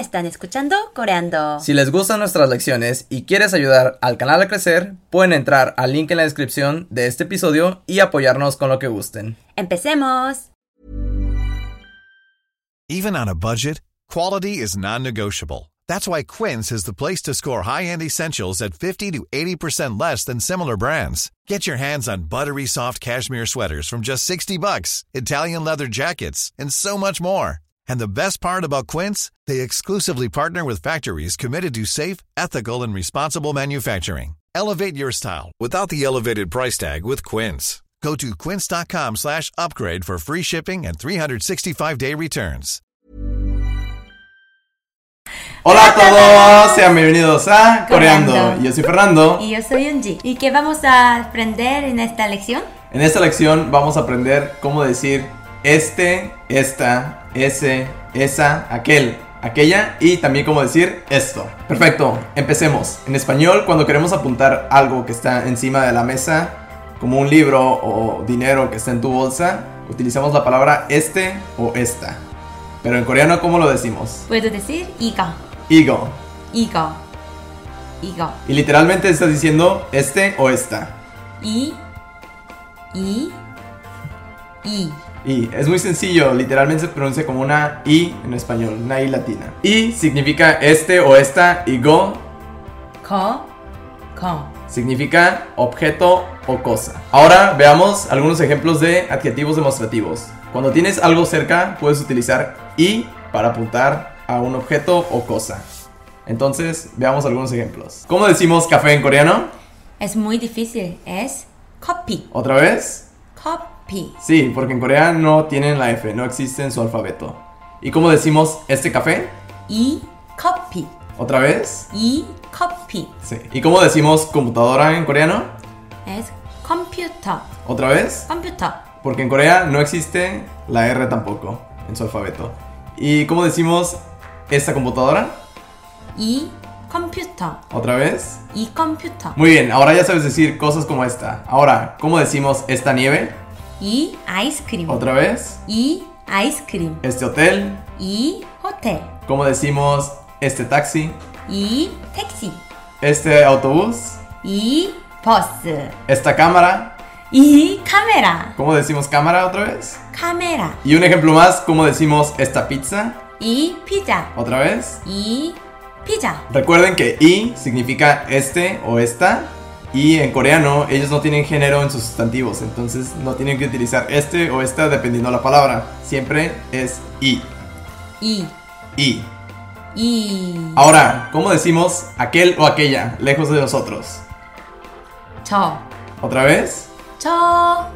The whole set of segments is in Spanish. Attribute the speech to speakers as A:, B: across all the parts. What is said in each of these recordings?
A: están escuchando Coreando.
B: Si les gustan nuestras lecciones y quieres ayudar al canal a crecer, pueden entrar al link en la descripción de este episodio y apoyarnos con lo que gusten.
A: ¡Empecemos!
C: Even on a budget, quality is non-negotiable. That's why Quince is the place to score high-end essentials at 50 to 80% less than similar brands. Get your hands on buttery soft cashmere sweaters from just 60 bucks, Italian leather jackets, and so much more. And the best part about Quince, they exclusively partner with factories committed to safe, ethical, and responsible manufacturing. Elevate your style without the elevated price tag with Quince. Go to quince.com slash upgrade for free shipping and 365-day returns.
B: Hola a todos, sean bienvenidos a
A: Coreando.
B: Coreando. Yo soy Fernando.
A: Y yo soy Unji. ¿Y qué vamos a aprender en esta lección?
B: En esta lección vamos a aprender cómo decir este, esta, ese, esa, aquel, aquella y también cómo decir esto. Perfecto, empecemos. En español, cuando queremos apuntar algo que está encima de la mesa, como un libro o dinero que está en tu bolsa, utilizamos la palabra este o esta. Pero en coreano, ¿cómo lo decimos?
A: Puedo decir 이거,
B: Ego.
A: 이거, 이거,
B: Y literalmente estás diciendo este o esta.
A: 이, 이, 이.
B: Y es muy sencillo, literalmente se pronuncia como una I en español, una I latina. Y significa este o esta y go
A: 거, 거.
B: significa objeto o cosa. Ahora veamos algunos ejemplos de adjetivos demostrativos. Cuando tienes algo cerca, puedes utilizar y para apuntar a un objeto o cosa. Entonces, veamos algunos ejemplos. ¿Cómo decimos café en coreano?
A: Es muy difícil. Es copy,
B: ¿Otra vez?
A: copy.
B: Sí, porque en Corea no tienen la F, no existe en su alfabeto. ¿Y cómo decimos este café?
A: 이 copy,
B: ¿Otra vez?
A: 이 copy.
B: Sí. ¿Y cómo decimos computadora en coreano?
A: Es computer,
B: ¿Otra vez?
A: computer.
B: Porque en Corea no existe la R tampoco en su alfabeto. ¿Y cómo decimos esta computadora?
A: 이 컴퓨터,
B: ¿Otra vez?
A: 이 컴퓨터.
B: Muy bien, ahora ya sabes decir cosas como esta. Ahora, ¿cómo decimos esta nieve?
A: 이 아이스크림,
B: ¿Otra vez?
A: 이 아이스크림,
B: ¿Este hotel?
A: 이 호텔,
B: ¿Cómo decimos este taxi?
A: 이 택시,
B: ¿Este autobús?
A: 이 버스,
B: ¿Esta cámara?
A: 이 카메라,
B: ¿Cómo decimos cámara otra vez?
A: 카메라,
B: Y un ejemplo más, ¿cómo decimos esta pizza?
A: 이 피자,
B: Otra vez.
A: 이 피자,
B: Recuerden que i significa este o esta. Y en coreano ellos no tienen género en sus sustantivos, entonces no tienen que utilizar este o esta dependiendo la palabra. Siempre es i.
A: 이,
B: I.
A: 이,
B: Ahora, ¿cómo decimos aquel o aquella lejos de nosotros?
A: 저,
B: ¿Otra vez?
A: 저,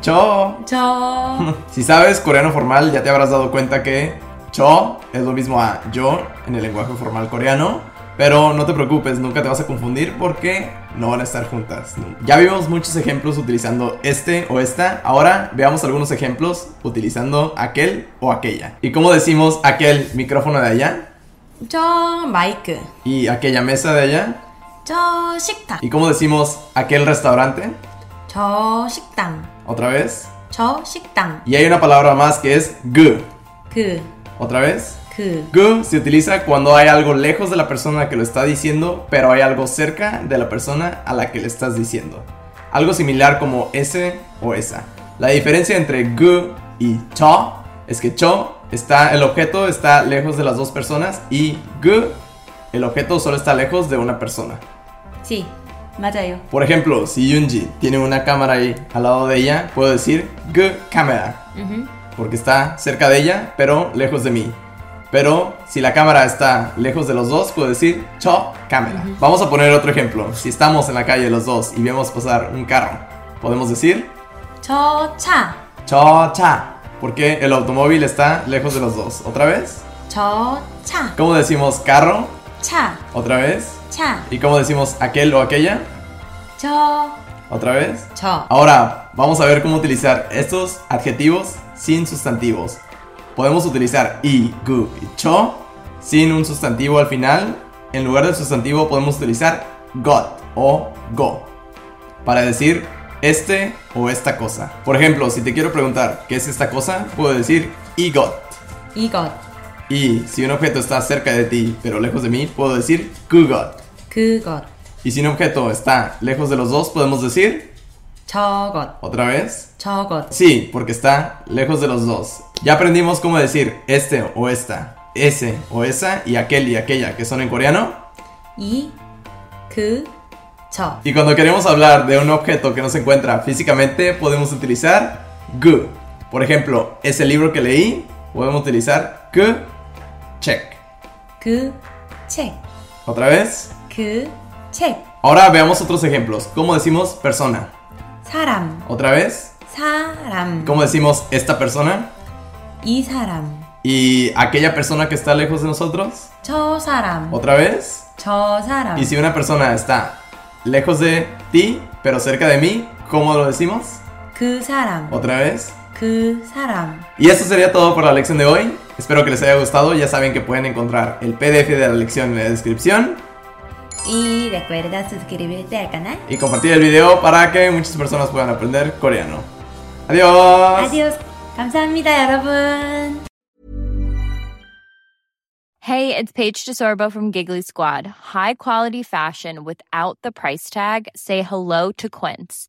B: Cho.
A: 저,
B: Si sabes coreano formal, ya te habrás dado cuenta que cho es lo mismo a yo en el lenguaje formal coreano. Pero no te preocupes, nunca te vas a confundir porque no van a estar juntas. Ya vimos muchos ejemplos utilizando este o esta. Ahora veamos algunos ejemplos utilizando aquel o aquella. ¿Y cómo decimos aquel micrófono de allá?
A: 저 마이크,
B: ¿Y aquella mesa de allá?
A: 저 식탁,
B: ¿Y cómo decimos aquel restaurante?
A: 저 식당,
B: Otra vez.
A: 저 식당,
B: Y hay una palabra más que es gu.
A: 그,
B: Otra vez.
A: 그,
B: Go se utiliza cuando hay algo lejos de la persona que lo está diciendo, pero hay algo cerca de la persona a la que le estás diciendo. Algo similar como ese o esa. La diferencia entre go y cho es que cho está el objeto está lejos de las dos personas y go el objeto solo está lejos de una persona.
A: 지, 맞아요.
B: Por ejemplo, si Yunji tiene una cámara ahí al lado de ella, puedo decir go cámara
A: 음,
B: porque está cerca de ella, pero lejos de mí. Pero si la cámara está lejos de los dos, puedo decir cho cámara. Vamos a poner otro ejemplo. Si estamos en la calle los dos y vemos pasar un carro, podemos decir
A: 저 차,
B: cho cha, porque el automóvil está lejos de los dos. ¿Otra vez?
A: 저 차,
B: ¿Cómo decimos carro?
A: 차,
B: ¿Otra vez?
A: 차,
B: ¿Y cómo decimos aquel o aquella?
A: 저,
B: ¿Otra vez?
A: 저,
B: Ahora vamos a ver cómo utilizar estos adjetivos sin sustantivos. Podemos utilizar i, gu y cho sin un sustantivo al final. En lugar del sustantivo podemos utilizar got o go para decir este o esta cosa. Por ejemplo, si te quiero preguntar qué es esta cosa, puedo decir i got.
A: 이것,
B: Y si un objeto está cerca de ti, pero lejos de mí, puedo decir 구것.
A: 그것,
B: Y si un objeto está lejos de los dos, podemos decir
A: 저것,
B: otra vez.
A: 저것,
B: Sí, porque está lejos de los dos. Ya aprendimos cómo decir este o esta, ese o esa y aquel y aquella, que son en coreano.
A: 이, 그, 저.
B: Y cuando queremos hablar de un objeto que no se encuentra físicamente, podemos utilizar gu. Por ejemplo, ese libro que leí, podemos utilizar gu check.
A: 그, 책,
B: Otra vez.
A: 그, 책.
B: Ahora veamos otros ejemplos. ¿Cómo decimos persona?
A: 사람,
B: Otra vez.
A: 사람,
B: ¿Cómo decimos esta persona?
A: 이 사람,
B: Y aquella persona que está lejos de nosotros.
A: 저 사람,
B: Otra vez.
A: 저 어. 사람,
B: Y si una persona está lejos de ti, pero cerca de mí, ¿cómo lo decimos?
A: 그 사람,
B: Otra vez.
A: 그 사람.
B: Y eso sería todo por la lección de hoy. Espero que les haya gustado. Ya saben que pueden encontrar el PDF de la lección en la descripción
A: Y recuerda suscribirte al canal.
B: y compartir el video para que muchas personas puedan aprender coreano. Adiós.
A: 아디오스. 감사합니다, 여러분.
D: Hey, it's Paige DeSorbo from Giggly Squad. High quality fashion without the price tag. Say hello to Quince.